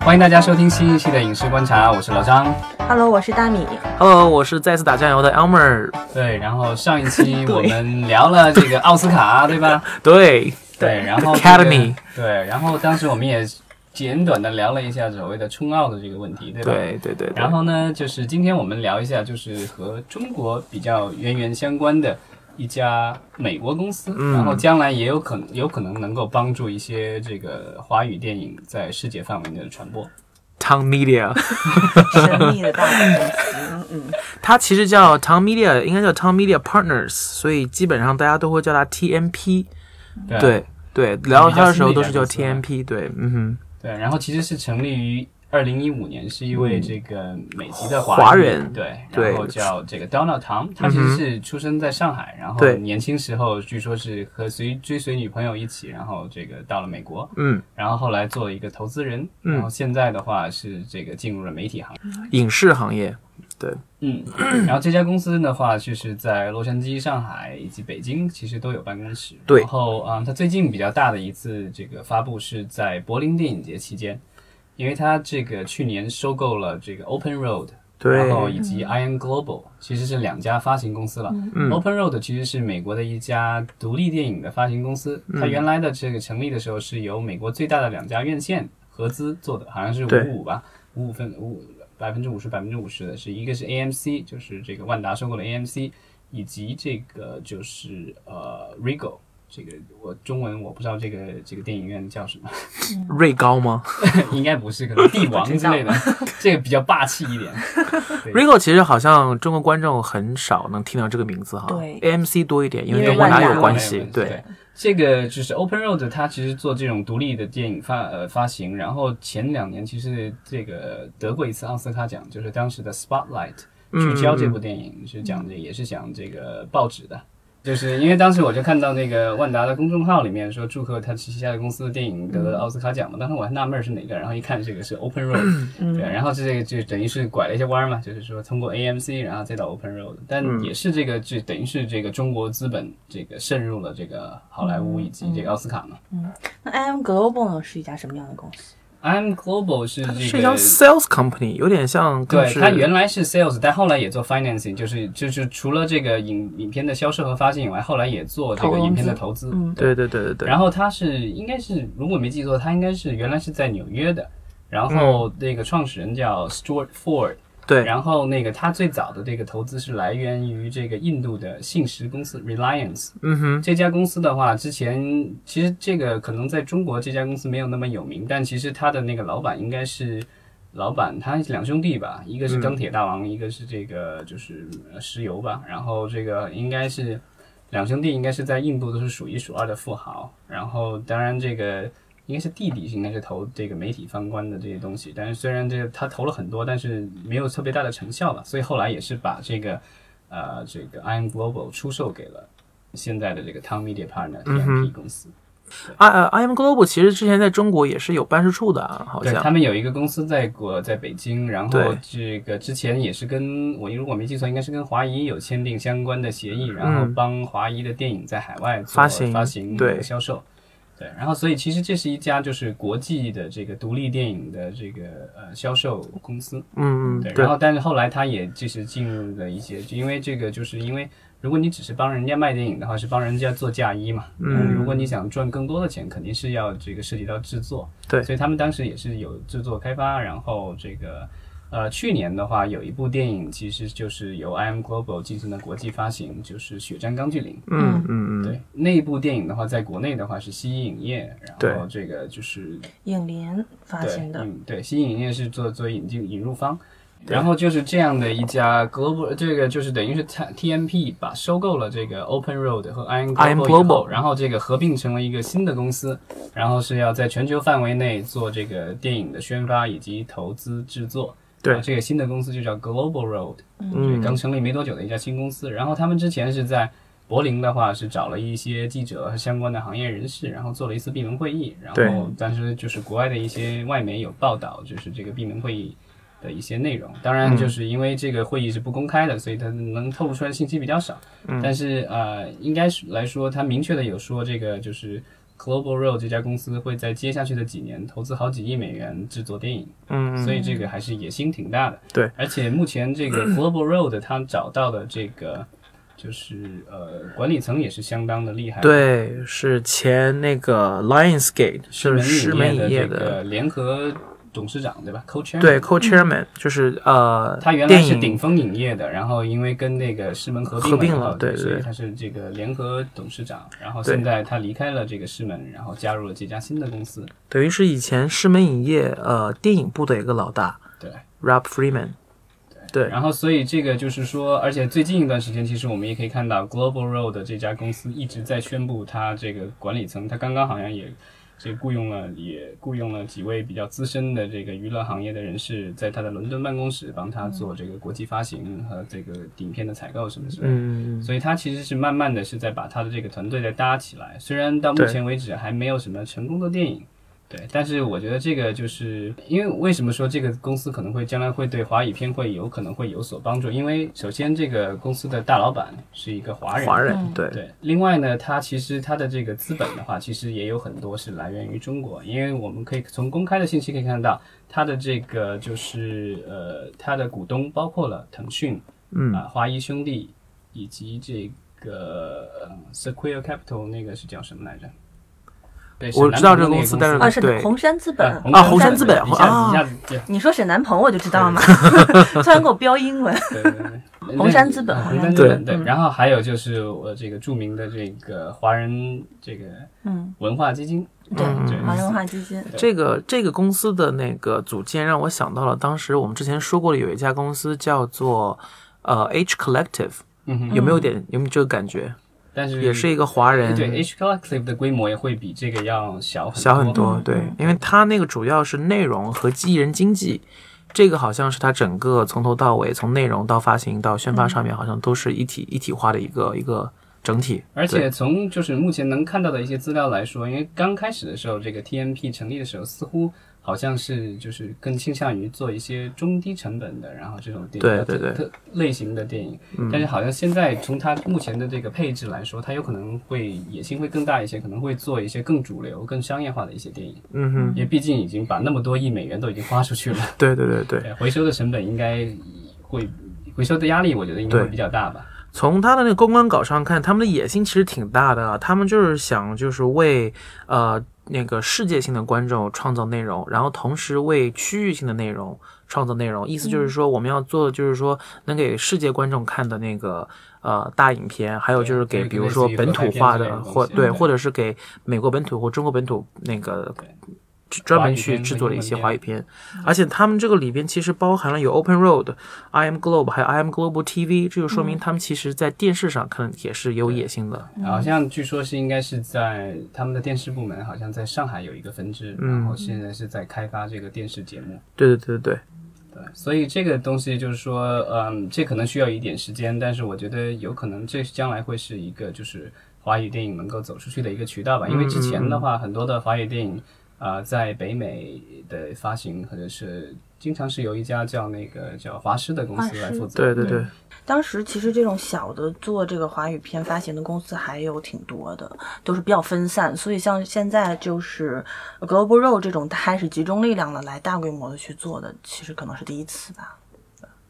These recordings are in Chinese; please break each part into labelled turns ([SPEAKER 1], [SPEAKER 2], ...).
[SPEAKER 1] 欢迎大家收听新一期的《影视观察》，我是老张。
[SPEAKER 2] Hello，我是 大米。
[SPEAKER 3] Hello，我是再次打酱油的 Elmer。
[SPEAKER 1] 对，然后上一期我们聊了这个奥斯卡，对吧？
[SPEAKER 3] 对
[SPEAKER 1] 对，然后、这个、
[SPEAKER 3] Academy
[SPEAKER 1] 对，然后当时我们也简短的聊了一下所谓的冲奥的这个问题，对吧？
[SPEAKER 3] 对对对。
[SPEAKER 1] 然后呢，就是今天我们聊一下，就是和中国比较渊源相关的一家美国公司，
[SPEAKER 3] 嗯
[SPEAKER 1] 然后将来也有可能有可能能够帮助一些这个华语电影在世界范围内的传播。
[SPEAKER 3] Town Media，
[SPEAKER 2] 神秘的大公司，嗯，
[SPEAKER 3] 它其实叫 Town Media，应该叫 Town Media Partners，所以基本上大家都会叫它 TMP
[SPEAKER 1] 对啊
[SPEAKER 3] 对。对聊它的时候都是叫
[SPEAKER 1] 比较新的一家
[SPEAKER 3] TMP。对，嗯
[SPEAKER 1] 对，然后其实是成立于二零一五年，是一位这个美籍的
[SPEAKER 3] 嗯华
[SPEAKER 1] 裔
[SPEAKER 3] 人
[SPEAKER 1] 对，
[SPEAKER 3] 对嗯
[SPEAKER 1] 然后叫这个 Donald Tang，他其实是出生在上海，然后
[SPEAKER 3] 对
[SPEAKER 1] 年轻时候据说是和随追随女朋友一起，然后这个到了美国，
[SPEAKER 3] 哼，
[SPEAKER 1] 然后后来做了一个投资人，
[SPEAKER 3] 嗯
[SPEAKER 1] 然后现在的话是这个进入了媒体行业。
[SPEAKER 3] 嗯，影视行业。
[SPEAKER 1] 嗯，然后这家公司的话，就是在洛杉矶、上海以及北京，其实都有办公室。
[SPEAKER 3] 对
[SPEAKER 1] 然后啊、嗯它最近比较大的一次这个发布是在柏林电影节期间，因为它这个去年收购了这个 Open Road，然后
[SPEAKER 3] 对，
[SPEAKER 1] 以及 Ion Global，其实是两家发行公司了。
[SPEAKER 3] 嗯
[SPEAKER 1] Open Road 其实是美国的一家独立电影的发行公司，
[SPEAKER 3] 嗯
[SPEAKER 1] 它原来的这个成立的时候是由美国最大的两家院线合资做的，好像是
[SPEAKER 3] 对
[SPEAKER 1] 五五吧，五五分五百分之五十百分之五十的是一个是 AMC，就是这个万达收购了 AMC，以及这个就是呃 Regal。这个我中文我不知道这个这个电影院叫什么，
[SPEAKER 3] 瑞高吗
[SPEAKER 1] 应该不是，可能帝王之类的，这个比较霸气一点。对
[SPEAKER 3] ？Rigo 其实好像中国观众很少能听到这个名字哈。
[SPEAKER 2] 对
[SPEAKER 3] ，AMC 多一点，因为
[SPEAKER 2] 因为
[SPEAKER 3] 跟万达
[SPEAKER 2] 万达
[SPEAKER 3] 有关
[SPEAKER 1] 没
[SPEAKER 3] 系。
[SPEAKER 1] 有对，这个就是 Open Road，它其实做这种独立的电影发呃发行，然后前两年其实这个得过一次奥斯卡奖，就是当时的 Spotlight
[SPEAKER 3] 嗯
[SPEAKER 1] 聚焦这部电影，是讲的也是讲这个报纸的。就是因为当时我就看到那个万达的公众号里面说祝贺他旗下的公司的电影得
[SPEAKER 3] 嗯
[SPEAKER 1] 了奥斯卡奖嘛，当时我还纳闷儿是哪个，然后一看这个是 Open Road，对，
[SPEAKER 3] 嗯
[SPEAKER 1] 然后是这个就等于是拐了一些弯儿嘛，就是说通过 AMC 然后再到 Open Road，但
[SPEAKER 3] 嗯
[SPEAKER 1] 也是这个就等于是这个中国资本这个渗入了这个好莱坞以
[SPEAKER 3] 嗯
[SPEAKER 1] 及这个奥斯卡嘛。
[SPEAKER 2] 那 IM Global 呢是一家什么样的公司？
[SPEAKER 1] I'm Global 是这
[SPEAKER 3] 是一家
[SPEAKER 1] 个。
[SPEAKER 3] sales company，有点像就
[SPEAKER 1] 对，
[SPEAKER 3] 是
[SPEAKER 1] 它原来是 sales，但后来也做 financing，就是就是除了这个影影片的销售和发行以外，后来也做这个影片的投资。
[SPEAKER 2] 嗯
[SPEAKER 3] 对对对对对。
[SPEAKER 1] 然后他是应该是，如果没记错，他应该是原来是在纽约的，然后那个创始人叫 Stuart Ford，、
[SPEAKER 3] 嗯对
[SPEAKER 1] 然后那个他最早的这个投资是来源于这个印度的信实公司 Reliance，
[SPEAKER 3] 嗯哼，
[SPEAKER 1] 这家公司的话，之前其实这个可能在中国这家公司没有那么有名，但其实他的那个老板应该是老板，他两兄弟吧，一
[SPEAKER 3] 嗯
[SPEAKER 1] 个是钢铁大王，一个是这个就是呃石油吧，然后这个应该是两兄弟应该是在印度都是数一数二的富豪，然后当然这个。应该是弟弟，应该是投这个媒体相关的这些东西，但是虽然这个他投了很多，但是没有特别大的成效吧，所以后来也是把这个，呃，这个 IM Global 出售给了现在的这个 Town Media Partner
[SPEAKER 3] 嗯
[SPEAKER 1] TMP
[SPEAKER 3] 哼
[SPEAKER 1] 公司，
[SPEAKER 3] I 呃 I M Global 其实之前在中国也是有办事处的啊，好
[SPEAKER 1] 对他
[SPEAKER 3] 像。
[SPEAKER 1] 们有一个公司在国在北京，然后
[SPEAKER 3] 对
[SPEAKER 1] 这个之前也是跟我如果没记错，应该是跟华谊有签订相关的协议，然后
[SPEAKER 3] 嗯
[SPEAKER 1] 帮华谊的电影在海外做
[SPEAKER 3] 发行
[SPEAKER 1] 发行
[SPEAKER 3] 对
[SPEAKER 1] 销售。对，然后所以其实这是一家就是国际的这个独立电影的这个呃销售公司，
[SPEAKER 3] 嗯，
[SPEAKER 1] 对，
[SPEAKER 3] 对
[SPEAKER 1] 然后但是后来他也就是进入了一些，就因为这个就是因为如果你只是帮人家卖电影的话，是帮人家做嫁衣嘛。
[SPEAKER 3] 嗯
[SPEAKER 1] 如果你想赚更多的钱，肯定是要这个涉及到制作。
[SPEAKER 3] 对
[SPEAKER 1] 所以他们当时也是有制作开发，然后这个呃去年的话有一部电影其实就是由 IM Global 进行了国际发行，就是《血战钢锯岭》。
[SPEAKER 3] 嗯嗯嗯，
[SPEAKER 1] 对，那部电影的话，在国内的话是西影业，然后这个就是
[SPEAKER 2] 影联发
[SPEAKER 1] 对，
[SPEAKER 2] 行的，
[SPEAKER 1] 嗯，对，新影业是做做引进引入方，然后就是这样的一家 global，这个就是等于是 T T M P 把收购了这个 Open Road 和 I N
[SPEAKER 3] IM
[SPEAKER 1] Global，以后
[SPEAKER 3] Global
[SPEAKER 1] 然后这个合并成了一个新的公司，然后是要在全球范围内做这个电影的宣发以及投资制作。啊
[SPEAKER 3] 对
[SPEAKER 1] 然后这个新的公司就叫 Global Road，对，
[SPEAKER 3] 嗯
[SPEAKER 1] 刚成立没多久的一家新公司。然后他们之前是在柏林的话，是找了一些记者和相关的行业人士，然后做了一次闭门会议。然
[SPEAKER 3] 对
[SPEAKER 1] 后，但是就是国外的一些外媒有报道，就是这个闭门会议的一些内容。
[SPEAKER 3] 嗯
[SPEAKER 1] 当然，就是因为这个会议是不公开的，所以它能透露
[SPEAKER 3] 嗯
[SPEAKER 1] 出来的信息比较少。但是呃，应该是来说，它明确的有说这个就是。 Global Road 这家公司会在接下去的几年投资好几亿美元制作电影，
[SPEAKER 3] 嗯，
[SPEAKER 1] 所以这个还是野心挺大的。
[SPEAKER 3] 对，
[SPEAKER 1] 而且目前这 个 Global Road 他找到的这个就是呃管理层也是相当的厉害的，
[SPEAKER 3] 对，是前那个 Lionsgate，就是
[SPEAKER 1] 石
[SPEAKER 3] 狮
[SPEAKER 1] 门
[SPEAKER 3] 门
[SPEAKER 1] 影
[SPEAKER 3] 影
[SPEAKER 1] 业
[SPEAKER 3] 业
[SPEAKER 1] 的这个联合董事长对吧？Co-chairman
[SPEAKER 3] 对 co-chairman，、就是呃，
[SPEAKER 1] 嗯他原来
[SPEAKER 3] 电
[SPEAKER 1] 是鼎
[SPEAKER 3] 影
[SPEAKER 1] 丰影业的，然后因为跟那个狮门合并
[SPEAKER 3] 合并
[SPEAKER 1] 以后
[SPEAKER 3] 了对对
[SPEAKER 1] 所以
[SPEAKER 3] 对
[SPEAKER 1] 他是这个联合董事长。然后
[SPEAKER 3] 对
[SPEAKER 1] 现在他离开了这个狮门，然后加入了这家新的公司。
[SPEAKER 3] 等于是以前狮门影业呃电影部的一个老大
[SPEAKER 1] 对
[SPEAKER 3] Rob Freeman，对
[SPEAKER 1] 然后所以这个就是说，而且最近一段时间，其实我们也可以看到 Global Road 这家公司一直在宣布它这个管理层，它刚刚好像也。这雇佣了也雇佣了几位比较资深的这个娱乐行业的人士，在他的伦敦办公室帮他做这个国际发行和这个影片的采购什么之类的。
[SPEAKER 3] 嗯，
[SPEAKER 1] 所以他其实是慢慢的是在把他的这个团队在搭起来，虽然到目前为止还没有什么成功的电影，对，但是我觉得这个就是因为为什么说这个公司可能会将来会对华语片会有可能会有所帮助，因为首先这个公司的大老板是一个华人，
[SPEAKER 3] 华人、
[SPEAKER 2] 嗯
[SPEAKER 3] 对
[SPEAKER 1] 对，另外呢，它其实它的这个资本的话，其实也有很多是来源于中国，因为我们可以从公开的信息可以看到，它的这个就是呃，它的股东包括了腾讯，
[SPEAKER 3] 嗯
[SPEAKER 1] 啊、华谊兄弟以及这个、呃、Sequoia Capital 那个是叫什么来着？对，
[SPEAKER 3] 我知道
[SPEAKER 1] 沈南鹏
[SPEAKER 3] 这个公
[SPEAKER 1] 那
[SPEAKER 3] 司
[SPEAKER 1] 司，
[SPEAKER 3] 但是
[SPEAKER 2] 啊，是
[SPEAKER 3] 对
[SPEAKER 2] 红杉资本
[SPEAKER 1] 啊
[SPEAKER 3] 啊红杉资本
[SPEAKER 1] 一下子
[SPEAKER 3] 啊
[SPEAKER 1] 一下子就
[SPEAKER 2] 你说沈南鹏我就知道嘛， 突然给我标英文。
[SPEAKER 1] 对对对对
[SPEAKER 2] 红杉资本嗯
[SPEAKER 1] 啊
[SPEAKER 2] 红
[SPEAKER 1] 红
[SPEAKER 2] 杉
[SPEAKER 1] 杉
[SPEAKER 3] 资
[SPEAKER 1] 资本
[SPEAKER 3] 本
[SPEAKER 1] 对，然后还有就是我这个著名的这个华人这个
[SPEAKER 2] 嗯，
[SPEAKER 1] 文化基金，
[SPEAKER 2] 对，
[SPEAKER 1] 对
[SPEAKER 2] 华人文化基金，
[SPEAKER 3] 这个这个公司的那个组建让我想到了当时我们之前说过的有一家公司叫做呃 H Collective，
[SPEAKER 1] 嗯哼，
[SPEAKER 3] 有没有点有没有这个感觉？
[SPEAKER 1] 但是
[SPEAKER 3] 也是一个华人，
[SPEAKER 1] 对 H Collective 的规模也会比这个要小很
[SPEAKER 3] 小很多
[SPEAKER 2] 嗯，
[SPEAKER 3] 对，因为它那个主要是内容和艺人经济，这个好像是它整个从头到尾，从内容到发行到宣发上
[SPEAKER 1] 嗯
[SPEAKER 3] 面，好像都是一体一体化的一个一个整体。
[SPEAKER 1] 而且
[SPEAKER 3] 对
[SPEAKER 1] 从就是目前能看到的一些资料来说，因为刚开始的时候，这个 TMP 成立的时候，似乎好像是就是更倾向于做一些中低成本的，然后这种电影呃
[SPEAKER 3] 对对嗯对
[SPEAKER 1] 特类型的电影。但是好像现在从它目前的这个配置来说，它有可能会野心会更大一些，可能会做一些更主流、更商业化的一些电影。
[SPEAKER 3] 嗯哼，
[SPEAKER 1] 因为毕竟已经把那么多亿美元都已经花出去 了，
[SPEAKER 3] 对对对对，
[SPEAKER 1] 对回收的成本应该会回收的压力，我觉得应该会
[SPEAKER 3] 对
[SPEAKER 1] 比较大吧。
[SPEAKER 3] 从他的那个公关稿上看，他们的野心其实挺大的啊，他们就是想就是为呃那个世界性的观众创造内容，然后同时为区域性的内容创造内容。意思就是说，我们要做的就是说能给世界观众看的那个呃大影片，还有就是给
[SPEAKER 1] 对
[SPEAKER 3] 比如说本土化
[SPEAKER 1] 类似于合拍片之类的
[SPEAKER 3] 的或
[SPEAKER 1] 东西
[SPEAKER 3] 对，
[SPEAKER 1] 嗯
[SPEAKER 3] 或者是给美国本土或中国本土那个
[SPEAKER 1] 对
[SPEAKER 3] 去专
[SPEAKER 1] 华
[SPEAKER 3] 门
[SPEAKER 1] 语
[SPEAKER 3] 去
[SPEAKER 1] 片
[SPEAKER 3] 制
[SPEAKER 1] 和
[SPEAKER 3] 作了
[SPEAKER 1] 英
[SPEAKER 3] 一
[SPEAKER 1] 文
[SPEAKER 3] 些
[SPEAKER 1] 片
[SPEAKER 3] 华语片，而且他们这个里边其实包含了有 Open Road、I M Globe 还有 I M Global TV，这就说明他们其实在电视上可能也是有野心的。
[SPEAKER 1] 好像据说是应该是在他们的电视部门，好像在上海有一个分支，然后现在是在开发这个电视节目。
[SPEAKER 3] 对对对对对，
[SPEAKER 1] 对，所以这个东西就是说，嗯，这可能需要一点时间，但是我觉得有可能这将来会是一个就是华语电影能够走出去的一个渠道吧。因为之前的话，很多的华语电影啊、呃在北美的发行或者是经常是由一家叫那个叫华师的公司来负责。
[SPEAKER 3] 对对对，
[SPEAKER 2] 当时其实这种小的做这个华语片发行的公司还有挺多的，都是比较分散，所以像现在就是 Global Road 这种开始集中力量了来大规模的去做的，其实可能是第一次吧。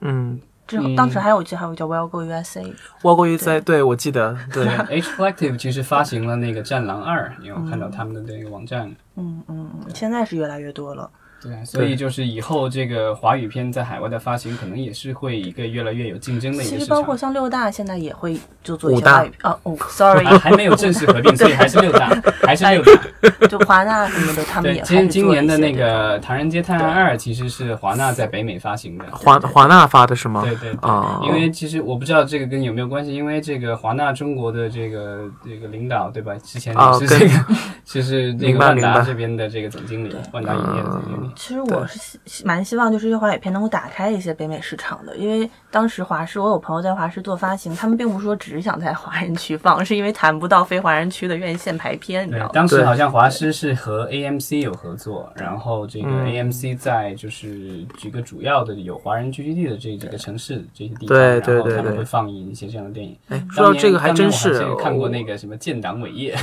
[SPEAKER 3] 嗯，
[SPEAKER 2] 这种当时还有记得还有一个叫 Well Go USA，
[SPEAKER 3] 包括于在对我记得对
[SPEAKER 1] H Collective 其实发行了那个《战狼二》，你有看到他们的那个网站。
[SPEAKER 2] 嗯嗯，嗯现在是越来越多了。
[SPEAKER 1] 对，所以就是以后这个华语片在海外的发行，可能也是会一个越来越有竞争的一
[SPEAKER 2] 其
[SPEAKER 1] 个
[SPEAKER 2] 实
[SPEAKER 1] 市
[SPEAKER 2] 包括
[SPEAKER 1] 场。
[SPEAKER 2] 像六大现在也会就做一
[SPEAKER 3] 五
[SPEAKER 2] 些
[SPEAKER 3] 大
[SPEAKER 2] 华语啊 哦，sorry，
[SPEAKER 1] 啊，还没有正式合并，所以还是六大，还是六大。
[SPEAKER 2] 就华纳什么的，他们
[SPEAKER 1] 对
[SPEAKER 2] 也，开
[SPEAKER 1] 今
[SPEAKER 2] 始
[SPEAKER 1] 今
[SPEAKER 2] 做了
[SPEAKER 1] 年
[SPEAKER 2] 一
[SPEAKER 1] 的
[SPEAKER 2] 些
[SPEAKER 1] 那
[SPEAKER 2] 这种
[SPEAKER 1] 个《唐人街探案二》其实是华纳在北美发行的。
[SPEAKER 3] 华华纳发的是吗？
[SPEAKER 1] 对对对，
[SPEAKER 3] 啊，
[SPEAKER 1] 因为其实我不知道这个跟有没有关系，因为这个华纳中国的这个这个领导对吧？之前也
[SPEAKER 3] 啊
[SPEAKER 1] 是
[SPEAKER 3] 跟
[SPEAKER 1] 这个，就是这
[SPEAKER 3] 明
[SPEAKER 1] 个
[SPEAKER 3] 白
[SPEAKER 1] 万
[SPEAKER 3] 明
[SPEAKER 1] 达
[SPEAKER 3] 白
[SPEAKER 1] 这边的这个总经理，万达影业的总经理。
[SPEAKER 2] 其实我是希希蛮希望，就是这些华语片能够打开一些北美市场的，因为当时华视，我有朋友在华视做发行，他们并不是说只想在华人区放，是因为谈不到非华人区的院线排片，你知
[SPEAKER 1] 对
[SPEAKER 2] 道，吗？
[SPEAKER 1] 当时
[SPEAKER 3] 对
[SPEAKER 1] 好像华师是和 AMC 有合作，然后这个
[SPEAKER 3] 嗯
[SPEAKER 1] AMC 在就是几个主要的有华人聚居地的这几个城市这些地方，
[SPEAKER 3] 对对
[SPEAKER 1] 然后
[SPEAKER 3] 对
[SPEAKER 1] 他们
[SPEAKER 3] 对
[SPEAKER 1] 会放映一些这样的电影。
[SPEAKER 3] 哎，说到这个还真
[SPEAKER 1] 当
[SPEAKER 3] 是哦
[SPEAKER 1] 年我看过那个什么《建党伟业》，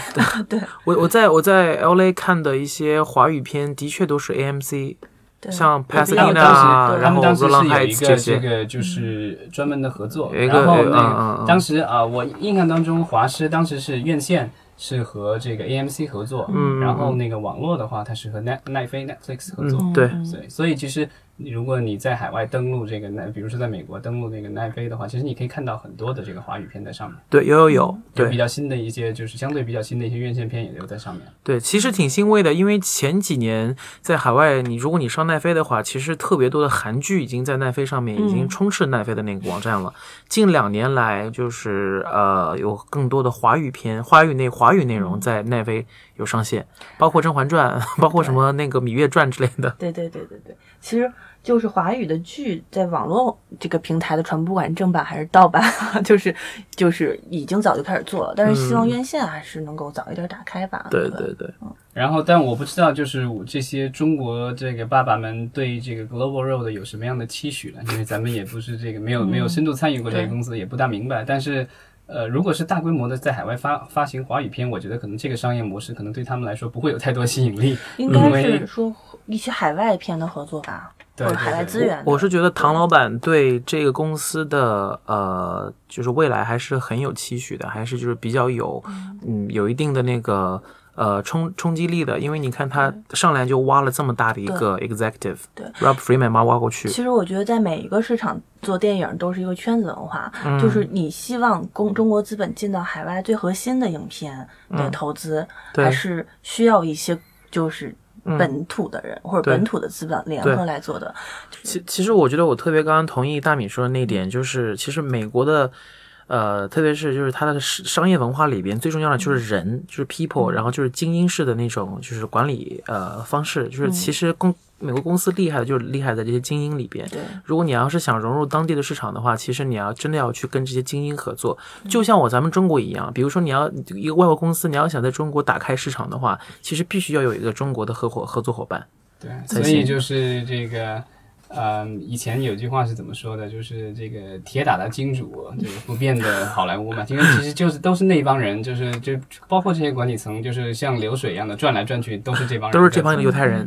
[SPEAKER 3] 我我在我在 L A 看的一些华语片，的确都是 A M C，
[SPEAKER 2] 对
[SPEAKER 3] 像
[SPEAKER 1] 他们当
[SPEAKER 3] Pasadena，啊
[SPEAKER 1] 时他
[SPEAKER 3] 然
[SPEAKER 1] 们
[SPEAKER 3] 后
[SPEAKER 1] 当时
[SPEAKER 3] Roland
[SPEAKER 1] 是有一
[SPEAKER 3] Heights 这
[SPEAKER 1] 个这
[SPEAKER 3] 些，嗯
[SPEAKER 1] 个就是专门的合作，
[SPEAKER 3] 有一个
[SPEAKER 1] 然后
[SPEAKER 3] 嗯嗯
[SPEAKER 1] 那
[SPEAKER 3] 嗯
[SPEAKER 1] 个当时啊，我印象当中华师当时是院线。是和这个 AMC 合作，
[SPEAKER 3] 嗯
[SPEAKER 1] 然后那个网络的话，它是和奈奈飞 Netflix 合作，
[SPEAKER 3] 嗯，对，
[SPEAKER 1] 所以，所以其实你如果你在海外登录这个奈，比如说在美国登录那个奈飞的话，其实你可以看到很多的这个华语片在上面，
[SPEAKER 3] 对，有有有，
[SPEAKER 1] 有比
[SPEAKER 3] 对
[SPEAKER 1] 较新的一些，就是相对比较新的一些院线片也都在上面。
[SPEAKER 3] 对，其实挺欣慰的，因为前几年在海外，你如果你上奈飞的话，其实特别多的韩剧已经在奈飞上面已经充斥奈飞的那个网站了。近两年来，就是呃，有更多的华语片、华语内华语内容在奈飞有上线，包括《甄嬛传》，包括什么那个《芈月传》之类的。
[SPEAKER 2] 对对对对对，其实就是华语的剧在网络这个平台的传播，不管正版还是盗版， 就是就是已经早就开始做了，但是希望院线还是能够早一点打开吧。
[SPEAKER 3] 嗯对
[SPEAKER 2] 吧
[SPEAKER 3] 对对，
[SPEAKER 1] 然后，但我不知道，就是我这些中国这个爸爸们对这个 Global Road 有什么样的期许呢？因为咱们也不是这个没有
[SPEAKER 2] 嗯
[SPEAKER 1] 没有深度参与过这个公司，也不大明白。但是，呃，如果是大规模的在海外发发行华语片，我觉得可能这个商业模式可能对他们来说不会有太多吸引力。
[SPEAKER 2] 应该是说一些海外片的合作吧，
[SPEAKER 1] 对
[SPEAKER 2] 或哦者海外资源的。
[SPEAKER 3] 我是觉得唐老板对这个公司的呃，就是未来还是很有期许的，还是就是比较有嗯有一定的那个呃冲冲击力的，因为你看他上来就挖了这么大的一个 executive，
[SPEAKER 2] 对
[SPEAKER 3] r o b Freeman 妈挖过去，
[SPEAKER 2] 其实我觉得，在每一个市场做电影都是一个圈子文化，
[SPEAKER 3] 嗯
[SPEAKER 2] 就是你希望公中国资本进到海外最核心的影片的投资，
[SPEAKER 3] 嗯对嗯
[SPEAKER 2] 还是需要一些就是本土的人、或者
[SPEAKER 3] 对
[SPEAKER 2] 本土的资本联
[SPEAKER 3] 对
[SPEAKER 2] 合来做的。
[SPEAKER 3] 其其实我觉得我特别刚刚同意大米说的那一点，就是其实美国的，呃，特别是就是它的商商业文化里边最重要的就是人，就是 people，然后就是精英式的那种就是管理呃方式，就是其实公、美国公司厉害的就是厉害在这些精英里边。
[SPEAKER 2] 对
[SPEAKER 3] 如果你要是想融入当地的市场的话，其实你要真的要去跟这些精英合作，就像我咱们中国一样，比如说你要一个外国公司，你要想在中国打开市场的话，其实必须要有一个中国的合伙合作伙伴。
[SPEAKER 1] 对，
[SPEAKER 3] 才
[SPEAKER 1] 所
[SPEAKER 3] 行
[SPEAKER 1] 以就是这个，嗯，以前有句话是怎么说的？就是这个铁打的金主，这个不变的好莱坞嘛。因为其实就是都是那帮人，就是就包括这些管理层，就是像流水一样的转来转去，都是这帮人在做，
[SPEAKER 3] 都是这帮犹太人，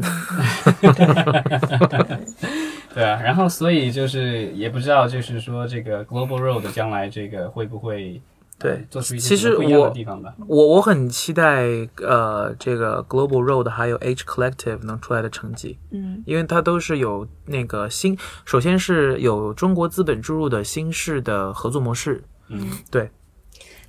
[SPEAKER 1] 对啊。然后所以就是也不知道，就是说这个 Global Road 将来这个会不会呃
[SPEAKER 3] 对，
[SPEAKER 1] 做出一些
[SPEAKER 3] 其
[SPEAKER 1] 什
[SPEAKER 3] 实
[SPEAKER 1] 么不一样
[SPEAKER 3] 我
[SPEAKER 1] 的地方吧？
[SPEAKER 3] 我我很期待呃这个 Global Road 还有 H Collective 能出来的成绩，
[SPEAKER 2] 嗯，
[SPEAKER 3] 因为它都是有那个新，首先是有中国资本注入的新式的合作模式，
[SPEAKER 1] 嗯，哎
[SPEAKER 3] 对，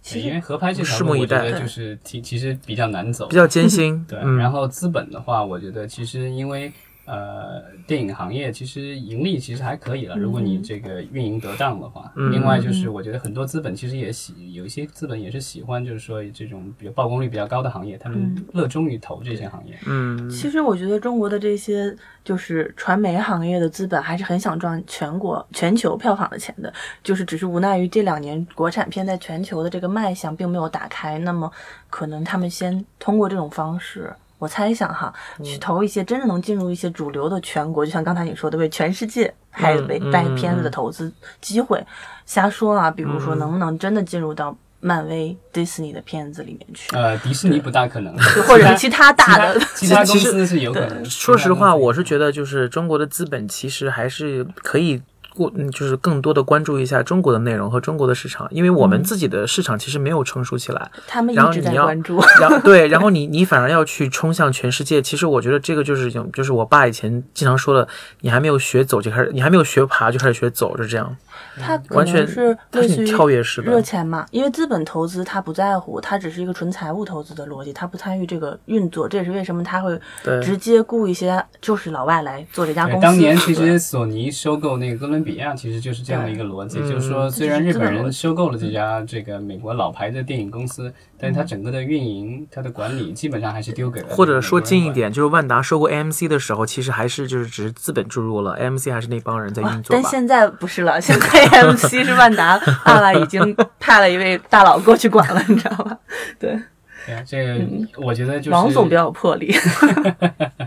[SPEAKER 2] 其
[SPEAKER 1] 因
[SPEAKER 2] 实
[SPEAKER 1] 为合拍这条
[SPEAKER 3] 拭目
[SPEAKER 1] 路，
[SPEAKER 3] 以
[SPEAKER 1] 我觉
[SPEAKER 3] 待
[SPEAKER 1] 得就是其其实比较难走
[SPEAKER 3] 比，较艰辛，
[SPEAKER 1] 对，
[SPEAKER 3] 嗯，
[SPEAKER 1] 然后资本的话，我觉得其实因为呃，电影行业其实盈利其实还可以了，如果你这个运营得当的话。另外就是，我觉得很多资本其实也喜有一些资本也是喜欢，就是说这种比如曝光率比较高的行业，他们热衷于投这些行业。
[SPEAKER 3] 嗯，
[SPEAKER 2] 其实我觉得中国的这些就是传媒行业的资本还是很想赚全国、全球票房的钱的，就是只是无奈于这两年国产片在全球的这个卖相并没有打开，那么可能他们先通过这种方式。我猜想哈，
[SPEAKER 3] 嗯
[SPEAKER 2] 去投一些真正能进入一些主流的全国，就像刚才你说的，为全世界拍
[SPEAKER 3] 嗯
[SPEAKER 2] 为
[SPEAKER 3] 嗯
[SPEAKER 2] 拍
[SPEAKER 3] 嗯
[SPEAKER 2] 片子的
[SPEAKER 3] 嗯
[SPEAKER 2] 投资机会。瞎说啊，比如说能不能真的进入到漫威、迪士尼的片子里面去，
[SPEAKER 1] 呃，迪士尼不大可能，
[SPEAKER 2] 或者其他大的
[SPEAKER 1] 其他公司是有可能。
[SPEAKER 3] 说实话，我是
[SPEAKER 1] 得
[SPEAKER 3] 觉得就是中国的资本其实还是可以过，嗯就是更多的关注一下中国的内容和中国的市场，因为我们自己的市场其实没有成熟起来，
[SPEAKER 2] 他们
[SPEAKER 3] 然
[SPEAKER 2] 一
[SPEAKER 3] 后
[SPEAKER 2] 直
[SPEAKER 3] 你
[SPEAKER 2] 在
[SPEAKER 3] 要嗯
[SPEAKER 2] 关注。
[SPEAKER 3] 然后对，然后你你反而要去冲向全世界。其实我觉得这个就是一种，就是我爸以前经常说的，你还没有学走就开始，你还没有学爬就开始学走，是这样。
[SPEAKER 2] 它可
[SPEAKER 3] 完全
[SPEAKER 2] 能是
[SPEAKER 3] 它
[SPEAKER 2] 类似
[SPEAKER 3] 是
[SPEAKER 2] 于
[SPEAKER 3] 跳跃式的
[SPEAKER 2] 热钱嘛，因为资本投资它不在乎，它只是一个纯财务投资的逻辑，它不参与这个运作，这也是为什么它会
[SPEAKER 3] 对
[SPEAKER 2] 直接雇一些就是老外来做这家公
[SPEAKER 1] 对，
[SPEAKER 2] 司。
[SPEAKER 1] 哎当年其
[SPEAKER 2] 对
[SPEAKER 1] 实索尼收购那个哥伦比亚，其实就是这样的一个逻辑，
[SPEAKER 3] 对
[SPEAKER 1] 就是说
[SPEAKER 3] 嗯
[SPEAKER 1] 虽然日本
[SPEAKER 2] 这就是资本逻
[SPEAKER 1] 人
[SPEAKER 2] 辑
[SPEAKER 1] 收购了这家这个美国老牌的电影公司，但是它整个的运营、它的管理基本上还是丢给了
[SPEAKER 3] 嗯或者说
[SPEAKER 1] 美国人
[SPEAKER 3] 近一
[SPEAKER 1] 管
[SPEAKER 3] 点，就是万达收购 AMC 的时候，其实还是就是只是资本注入了，AMC 还是那帮人在
[SPEAKER 2] 哇
[SPEAKER 3] 运作
[SPEAKER 2] 但
[SPEAKER 3] 吧。
[SPEAKER 2] 现在不是了，现在 AMC 是万达爸爸已经派了一位大佬过去管了，你知道吧？对，
[SPEAKER 1] 对啊，这个我觉得就是
[SPEAKER 2] 嗯王总比较有魄力。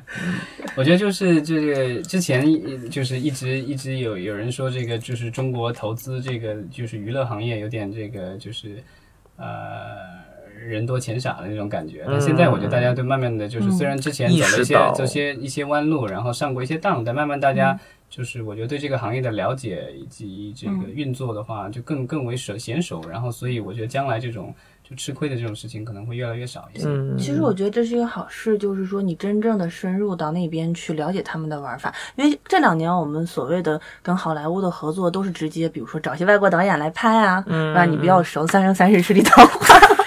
[SPEAKER 1] 我觉得就是这个之前一就是一直一直有有人说这个就是中国投资这个就是娱乐行业有点这个就是呃人多钱傻的那种感觉。但现在我觉得大家对慢慢的就是虽然之前走了一
[SPEAKER 3] 嗯意识
[SPEAKER 1] 些
[SPEAKER 3] 到
[SPEAKER 1] 走些一些弯路，然后上过一些当，但慢慢大家就是我觉得对这个行业的了解以及这
[SPEAKER 3] 嗯
[SPEAKER 1] 个运作的话，就更更为熟娴熟。然后所以我觉得将来这种就吃亏的这种事情可能会越来越少一些。
[SPEAKER 3] 嗯，
[SPEAKER 2] 其实我觉得这是一个好事，就是说你真正的深入到那边去了解他们的玩法，因为这两年我们所谓的跟好莱坞的合作都是直接，比如说找一些外国导演来拍啊，嗯，让你比较熟《三生三世十里桃花》。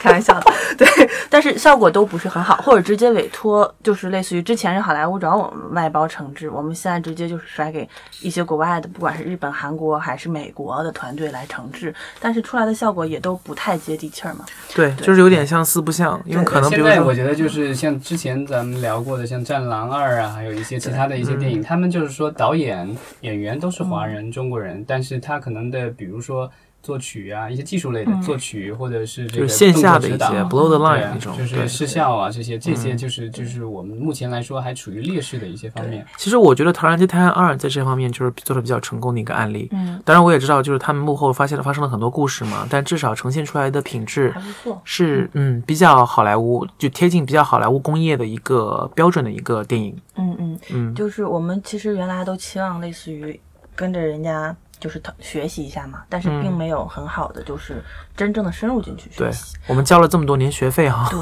[SPEAKER 2] 开玩笑的，对，但是效果都不是很好，或者直接委托，就是类似于之前是好莱坞找我们外包承制，我们现在直接就是甩给一些国外的，不管是日本、韩国还是美国的团队来承制，但是出来的效果也都不太接地气儿嘛。
[SPEAKER 3] 对，就是有点像四不像，因为可能比
[SPEAKER 1] 现
[SPEAKER 3] 如
[SPEAKER 1] 在我
[SPEAKER 3] 说，
[SPEAKER 1] 觉得就是像之前咱们聊过的，像《战狼二》啊，还有一些其他的一些
[SPEAKER 3] 嗯
[SPEAKER 1] 电影，他们就是说导演、演员都是华人、中国人，但是他可能的，比如说作曲啊，一些技术类的作曲，或者是这
[SPEAKER 3] 嗯就
[SPEAKER 1] 个
[SPEAKER 3] 是线下的
[SPEAKER 1] 动
[SPEAKER 3] 一
[SPEAKER 1] 作
[SPEAKER 3] 些
[SPEAKER 1] 指导
[SPEAKER 3] below the
[SPEAKER 1] 对
[SPEAKER 3] line
[SPEAKER 1] 啊
[SPEAKER 3] 那种，
[SPEAKER 1] 就是
[SPEAKER 3] 对嗯
[SPEAKER 1] 视效啊，这些这些就是就是我们目前来说还处于劣势的一些方面。
[SPEAKER 3] 其实我觉得《唐人街探案二》在这方面就是做的比较成功的一个案例。
[SPEAKER 2] 嗯，
[SPEAKER 3] 当然我也知道，就是他们幕后发现了发生了很多故事嘛，但至少呈现出来的品质
[SPEAKER 2] 还不错
[SPEAKER 3] 是嗯比较好莱坞，就贴近比较好莱坞工业的一个标准的一个电影。
[SPEAKER 2] 嗯嗯
[SPEAKER 3] 嗯
[SPEAKER 2] 就是我们其实原来都期望类似于跟着人家就是他学习一下嘛，但是并没有很好的就是真正的深入进去学
[SPEAKER 3] 嗯对
[SPEAKER 2] 习。
[SPEAKER 3] 我们交了这么多年学费哈、
[SPEAKER 2] 对，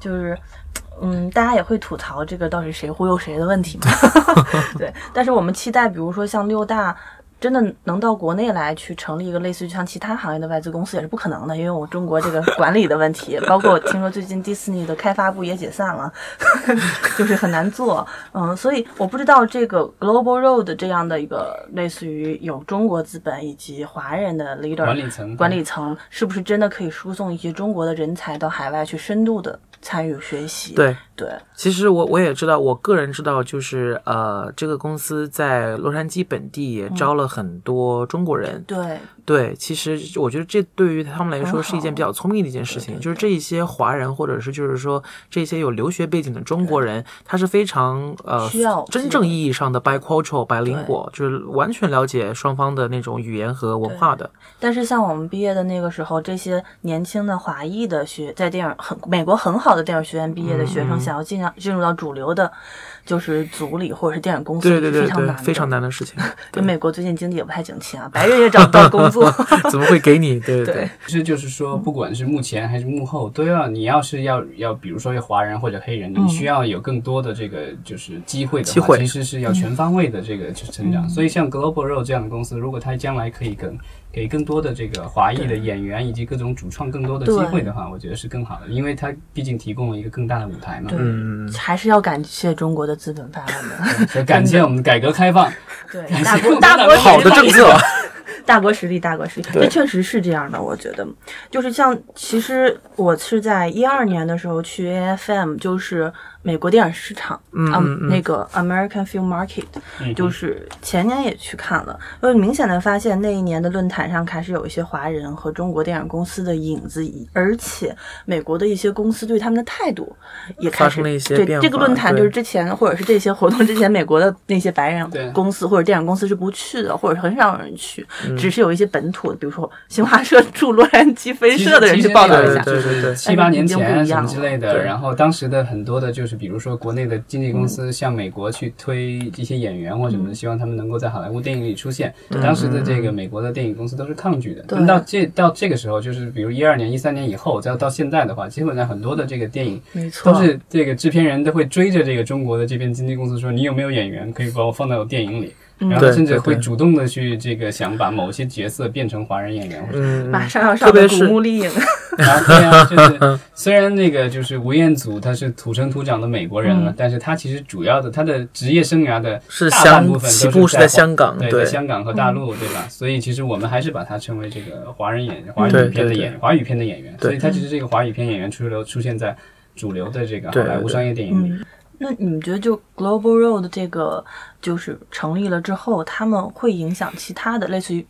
[SPEAKER 2] 就是。嗯，大家也会吐槽这个到底谁忽悠谁的问题嘛？ 对，但是我们期待，比如说像六大，真的能到国内来去成立一个类似于像其他行业的外资公司也是不可能的，因为我中国这个管理的问题，包括我听说最近迪士尼的开发部也解散了， 就是很难做。嗯，所以我不知道这个 Global Road 这样的一个类似于有中国资本以及华人的 leader
[SPEAKER 1] 管理层
[SPEAKER 2] 管理层是不是真的可以输送一些中国的人才到海外去深度的参与学习？
[SPEAKER 3] 对，
[SPEAKER 2] 对，
[SPEAKER 3] 其实我我也知道，我个人知道，就是呃，这个公司在洛杉矶本地也招了很多中国人。
[SPEAKER 2] 对，
[SPEAKER 3] 对，其实我觉得这对于他们来说
[SPEAKER 2] 很好
[SPEAKER 3] 是一件比较聪明的一件事情，就是这一些华人或者是就是说这些有留学背景的中国人，他是非常呃
[SPEAKER 2] 需要
[SPEAKER 3] 真正意义上的 bicultural 白灵果，就是完全了解双方的那种语言和文化的。
[SPEAKER 2] 但是像我们毕业的那个时候，这些年轻的华裔的学在电影很美国很好的电影学院毕业的学
[SPEAKER 3] 嗯
[SPEAKER 2] 生，想要进到进入到主流的，就是组里或者是电影公司，
[SPEAKER 3] 对对对
[SPEAKER 2] 非常
[SPEAKER 3] 对
[SPEAKER 2] 难，的，
[SPEAKER 3] 非常难的事情，
[SPEAKER 2] 就美国最近经济也不太景气啊，白人也找不到工 作。
[SPEAKER 3] 怎么会给你？对对
[SPEAKER 2] 对
[SPEAKER 3] 对，
[SPEAKER 1] 其实就是
[SPEAKER 2] 嗯
[SPEAKER 1] 说，不管是幕前还是幕后，都要你要是要要，比如说要华人或者黑人，
[SPEAKER 2] 嗯
[SPEAKER 1] 你需要有更多的这个就是机会的话，
[SPEAKER 3] 机会
[SPEAKER 1] 其实是要全方位的这个去成
[SPEAKER 2] 嗯
[SPEAKER 1] 长。所以像 Global Road 这样的公司，如果它将来可以更给更多的这个华裔的演员以及各种主创更多的机会的话，我觉得是更好的，因为它毕竟提供了一个更大的舞台嘛。
[SPEAKER 3] 嗯
[SPEAKER 2] 对，还是要感谢中国的资本发展的，
[SPEAKER 1] 所以感谢我们改革开放，
[SPEAKER 2] 对大国
[SPEAKER 1] 对
[SPEAKER 2] 大国
[SPEAKER 3] 好的政策。
[SPEAKER 2] 大国实力，大国实力，这确实是这样的。我觉得，就是像，其实我是在一二年的时候去 AFM，就是美国电影市场，嗯，那个 American Film Market，、就是
[SPEAKER 1] 嗯
[SPEAKER 2] 前年也去看了，我明显的发现那一年的论坛上开始有一些华人和中国电影公司的影子，而且美国的一些公司对他们的态度也开始
[SPEAKER 3] 发生了一些
[SPEAKER 2] 对
[SPEAKER 3] 变化
[SPEAKER 2] 这个论坛
[SPEAKER 3] 对
[SPEAKER 2] 就是之前或者是这些活动之前，美国的那些白
[SPEAKER 1] 对
[SPEAKER 2] 人公司或者电影公司是不去的，或者很少有人去，
[SPEAKER 3] 嗯
[SPEAKER 2] 只是有一些本土，比如说新华社驻洛杉矶分社的人去报道一下。
[SPEAKER 3] 对对对对
[SPEAKER 1] 七八年前啊什么之类
[SPEAKER 3] 对
[SPEAKER 1] 的，然后当时的很多的，就是比如说国内的经纪公司向美国去推一些演员或什
[SPEAKER 3] 嗯
[SPEAKER 1] 么的，希望他们能够在好莱坞电影里出现。当时的这个美国的电影公司都是抗拒的。
[SPEAKER 2] 对
[SPEAKER 1] 那么到这到这个时候，就是比如一二年、一三年以后，再到现在的话，基本上很多的这个电影
[SPEAKER 2] 没错
[SPEAKER 1] 都是这个制片人都会追着这个中国的这边经纪公司说，你有没有演员可以把我放到我电影里。
[SPEAKER 2] 嗯
[SPEAKER 1] 然后
[SPEAKER 3] 对
[SPEAKER 1] 甚至
[SPEAKER 3] 对
[SPEAKER 1] 会
[SPEAKER 3] 对
[SPEAKER 1] 主动的去这个想把某些角色变成华人演员，
[SPEAKER 3] 嗯，
[SPEAKER 2] 马上要
[SPEAKER 3] 特
[SPEAKER 2] 上
[SPEAKER 3] 别
[SPEAKER 2] 的
[SPEAKER 3] 是
[SPEAKER 2] 古墓丽影，
[SPEAKER 1] 啊，对啊， 就是虽然那个就是吴彦祖他是土生土长的美国人了，但是他其实主要的他的职业生涯的
[SPEAKER 3] 嗯是
[SPEAKER 1] 大半部
[SPEAKER 3] 香
[SPEAKER 1] 分
[SPEAKER 3] 起
[SPEAKER 1] 都
[SPEAKER 3] 步是在
[SPEAKER 1] 在
[SPEAKER 3] 香港，嗯
[SPEAKER 1] 华对，在香港和大陆，对吧？所以其实我们还是把他称为这个华人演员、华语
[SPEAKER 3] 对
[SPEAKER 1] 片的
[SPEAKER 3] 对
[SPEAKER 1] 演员、华语片的演员，
[SPEAKER 3] 对
[SPEAKER 1] 所以他其实这个华语片演员出流出现在主流的这个好
[SPEAKER 3] 对嗯
[SPEAKER 1] 莱
[SPEAKER 3] 对
[SPEAKER 1] 坞
[SPEAKER 3] 对
[SPEAKER 1] 商业电影里。
[SPEAKER 2] 那你们觉得就 Global Road 这个就是成立了之后，他们会影响其他的类似于，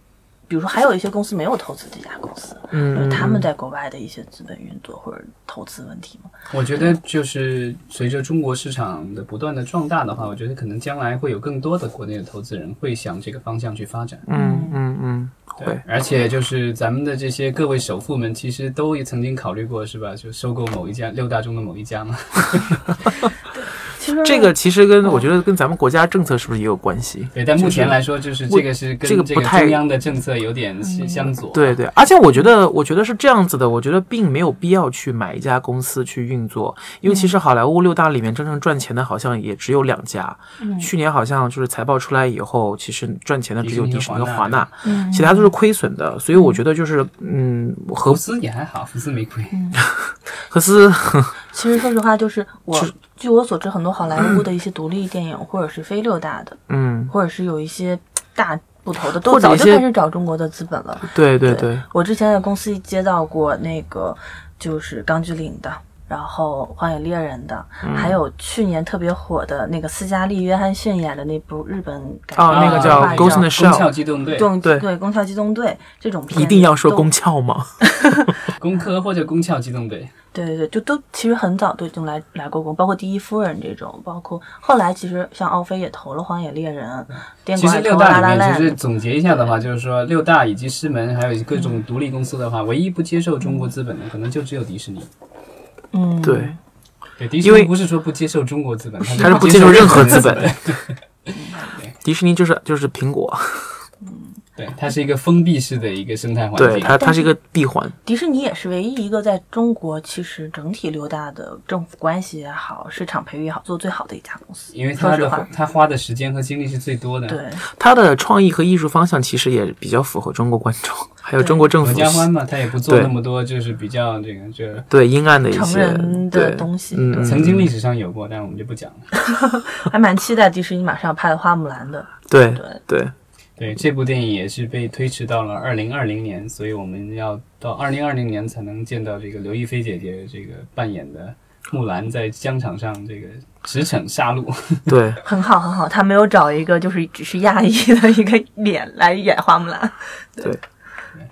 [SPEAKER 2] 比如说还有一些公司没有投资这家公司，
[SPEAKER 3] 嗯，嗯，
[SPEAKER 2] 他们
[SPEAKER 3] 嗯
[SPEAKER 2] 在国外的一些资本运作或者投资问题吗？
[SPEAKER 1] 我觉得就是随着中国市场的不断的壮大的话，我觉得可能将来会有更多的国内的投资人会向这个方向去发展。
[SPEAKER 3] 嗯嗯嗯
[SPEAKER 1] 对
[SPEAKER 3] 会，
[SPEAKER 1] 而且就是咱们的这些各位首富们，其实都曾经考虑过，是吧？就收购某一家六大中的某一家 嘛。
[SPEAKER 2] 其实
[SPEAKER 3] 这个其实跟我觉得跟咱们国家政策是不是也有关系？
[SPEAKER 1] 对，但目前来说，就是这个是跟这
[SPEAKER 3] 这个
[SPEAKER 1] 个
[SPEAKER 3] 不太
[SPEAKER 1] 中央的政策有点
[SPEAKER 3] 嗯
[SPEAKER 1] 相相左。
[SPEAKER 3] 对对，而且我觉得，我觉得是这样子的，我觉得并没有必要去买一家公司去运作，因为其
[SPEAKER 1] 嗯
[SPEAKER 3] 实好莱坞六大里面真正赚钱的，好像也只有两家。
[SPEAKER 1] 嗯
[SPEAKER 3] 去年好像就是财报出来以后，其实赚钱的只有迪
[SPEAKER 1] 迪
[SPEAKER 3] 士
[SPEAKER 1] 士
[SPEAKER 3] 尼
[SPEAKER 1] 尼
[SPEAKER 3] 和
[SPEAKER 1] 和
[SPEAKER 3] 华
[SPEAKER 1] 华
[SPEAKER 3] 纳
[SPEAKER 1] 纳，嗯
[SPEAKER 3] 其他都是亏损的。所以我觉得就是，嗯，
[SPEAKER 1] 福
[SPEAKER 3] 合
[SPEAKER 1] 斯也还好，福斯没亏。
[SPEAKER 3] 嗯合资
[SPEAKER 2] 其实说实话，就是我据我所知，很多好莱坞的一些独立电影，或者是非六大的，
[SPEAKER 3] 嗯，
[SPEAKER 2] 或者是有一些大部头的，
[SPEAKER 3] 或
[SPEAKER 2] 都
[SPEAKER 3] 者
[SPEAKER 2] 早
[SPEAKER 3] 一
[SPEAKER 2] 就
[SPEAKER 3] 些
[SPEAKER 2] 开始找中国的资本了。
[SPEAKER 3] 对对对，
[SPEAKER 2] 我之前在公司接到过那个就是《钢锯岭》的，然后《荒野猎人》的，
[SPEAKER 3] 嗯
[SPEAKER 2] 还有去年特别火的那个斯嘉丽·约翰逊演的那部日本改
[SPEAKER 3] 啊那个叫
[SPEAKER 2] 动画
[SPEAKER 3] Ghost in
[SPEAKER 2] 叫
[SPEAKER 3] the Shell
[SPEAKER 1] 功效机动队、
[SPEAKER 2] 动
[SPEAKER 3] 对
[SPEAKER 2] 对宫壳机动队这种片，
[SPEAKER 3] 一定要说功。效吗？
[SPEAKER 1] 工科或者功效机动队，
[SPEAKER 2] 对对对，就都其实很早都已经来来过工，包括第一夫人这种，包括后来其实像奥飞也投了《荒野猎人》，电
[SPEAKER 1] 其
[SPEAKER 2] 管
[SPEAKER 1] 实
[SPEAKER 2] 也
[SPEAKER 1] 六
[SPEAKER 2] 投
[SPEAKER 1] 大
[SPEAKER 2] 拉拉
[SPEAKER 1] 里面，
[SPEAKER 2] 烂
[SPEAKER 1] 其实总结一下的话，就是说六大以及狮门，还有各种独立公司的话，
[SPEAKER 3] 嗯
[SPEAKER 1] 唯一不接受中国资本的，可能就只有迪士尼。
[SPEAKER 2] 嗯，
[SPEAKER 3] 对，
[SPEAKER 1] 对，迪
[SPEAKER 3] 因
[SPEAKER 1] 士
[SPEAKER 3] 为
[SPEAKER 1] 尼不是说不接受中国资本，
[SPEAKER 3] 他
[SPEAKER 1] 它
[SPEAKER 3] 是不接受任何资本。 迪士尼就是就是苹果，
[SPEAKER 1] 对，它是一个封闭式的一个生态环境。
[SPEAKER 3] 对它它是一个闭环，
[SPEAKER 2] 迪士尼也是唯一一个在中国其实整体六大的政府关系也好，市场培育也好，做最好的一家公司。
[SPEAKER 1] 因为他
[SPEAKER 2] 说实
[SPEAKER 1] 的
[SPEAKER 2] 话
[SPEAKER 1] 他花的时间和精力是最多的。，
[SPEAKER 2] 对，
[SPEAKER 3] 它的创意和艺术方向其实也比较符合中国观众， 还有中国政
[SPEAKER 1] 合
[SPEAKER 3] 府
[SPEAKER 1] 家欢嘛，他也不做
[SPEAKER 3] 对
[SPEAKER 1] 那么多，就是比较这个这。
[SPEAKER 3] 对阴暗的一
[SPEAKER 2] 成
[SPEAKER 3] 些
[SPEAKER 2] 人的东西
[SPEAKER 3] 嗯，嗯
[SPEAKER 1] 曾经历史上有过，但我们就不讲了。
[SPEAKER 2] 还蛮期待迪士尼马上要拍的《花木兰》的。
[SPEAKER 3] 对
[SPEAKER 2] 对
[SPEAKER 3] 对，
[SPEAKER 1] 对，这部电影也是被推迟到了二零二零年，所以我们要到二零二零年才能见到这个刘亦菲姐姐这个扮演的木兰在疆场上这个驰骋杀戮。
[SPEAKER 3] 对，
[SPEAKER 2] 很好，很好，他没有找一个就是只是亚裔的一个脸来演花木兰。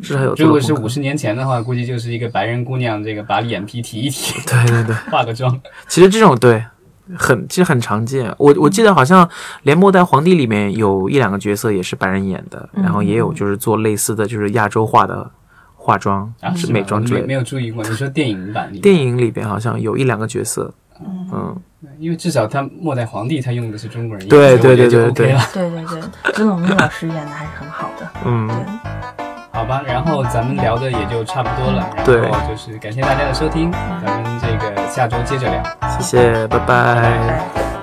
[SPEAKER 3] 至少有
[SPEAKER 1] 如
[SPEAKER 3] 做
[SPEAKER 1] 果
[SPEAKER 3] 了
[SPEAKER 1] 是
[SPEAKER 3] 功课
[SPEAKER 1] 五。十年前的话，估计就是一个白人姑娘，这个把眼皮提一提，
[SPEAKER 3] 对对对，
[SPEAKER 1] 化个妆。
[SPEAKER 3] 其实这种对很其实很常见。我我记得好像《连末代皇帝》里面有一两个角色也是白人演的，
[SPEAKER 2] 嗯
[SPEAKER 3] 然后也有就是做类似的就是亚洲化的化妆、
[SPEAKER 1] 啊，
[SPEAKER 3] 是
[SPEAKER 1] 吗
[SPEAKER 3] 美妆
[SPEAKER 1] 我
[SPEAKER 3] 之
[SPEAKER 1] 没
[SPEAKER 3] 类
[SPEAKER 1] 没
[SPEAKER 3] 的。
[SPEAKER 1] 有注意过。你说电影版里 面，
[SPEAKER 3] 电影里边好像有一两个角色，嗯，
[SPEAKER 1] 因为至少他末代皇帝他用的是中国人，
[SPEAKER 3] 对
[SPEAKER 1] 所以我觉得
[SPEAKER 3] 对对
[SPEAKER 1] 就 OK
[SPEAKER 3] 对
[SPEAKER 1] 了。
[SPEAKER 2] 对对 对，尊龙老师演的还是很好的。
[SPEAKER 3] 嗯，
[SPEAKER 1] 好吧，然后咱们聊的也就差不多了，
[SPEAKER 3] 对
[SPEAKER 1] 然后就是感谢大家的收听，咱们这个下周接着聊。
[SPEAKER 3] 谢谢，拜拜
[SPEAKER 2] 对。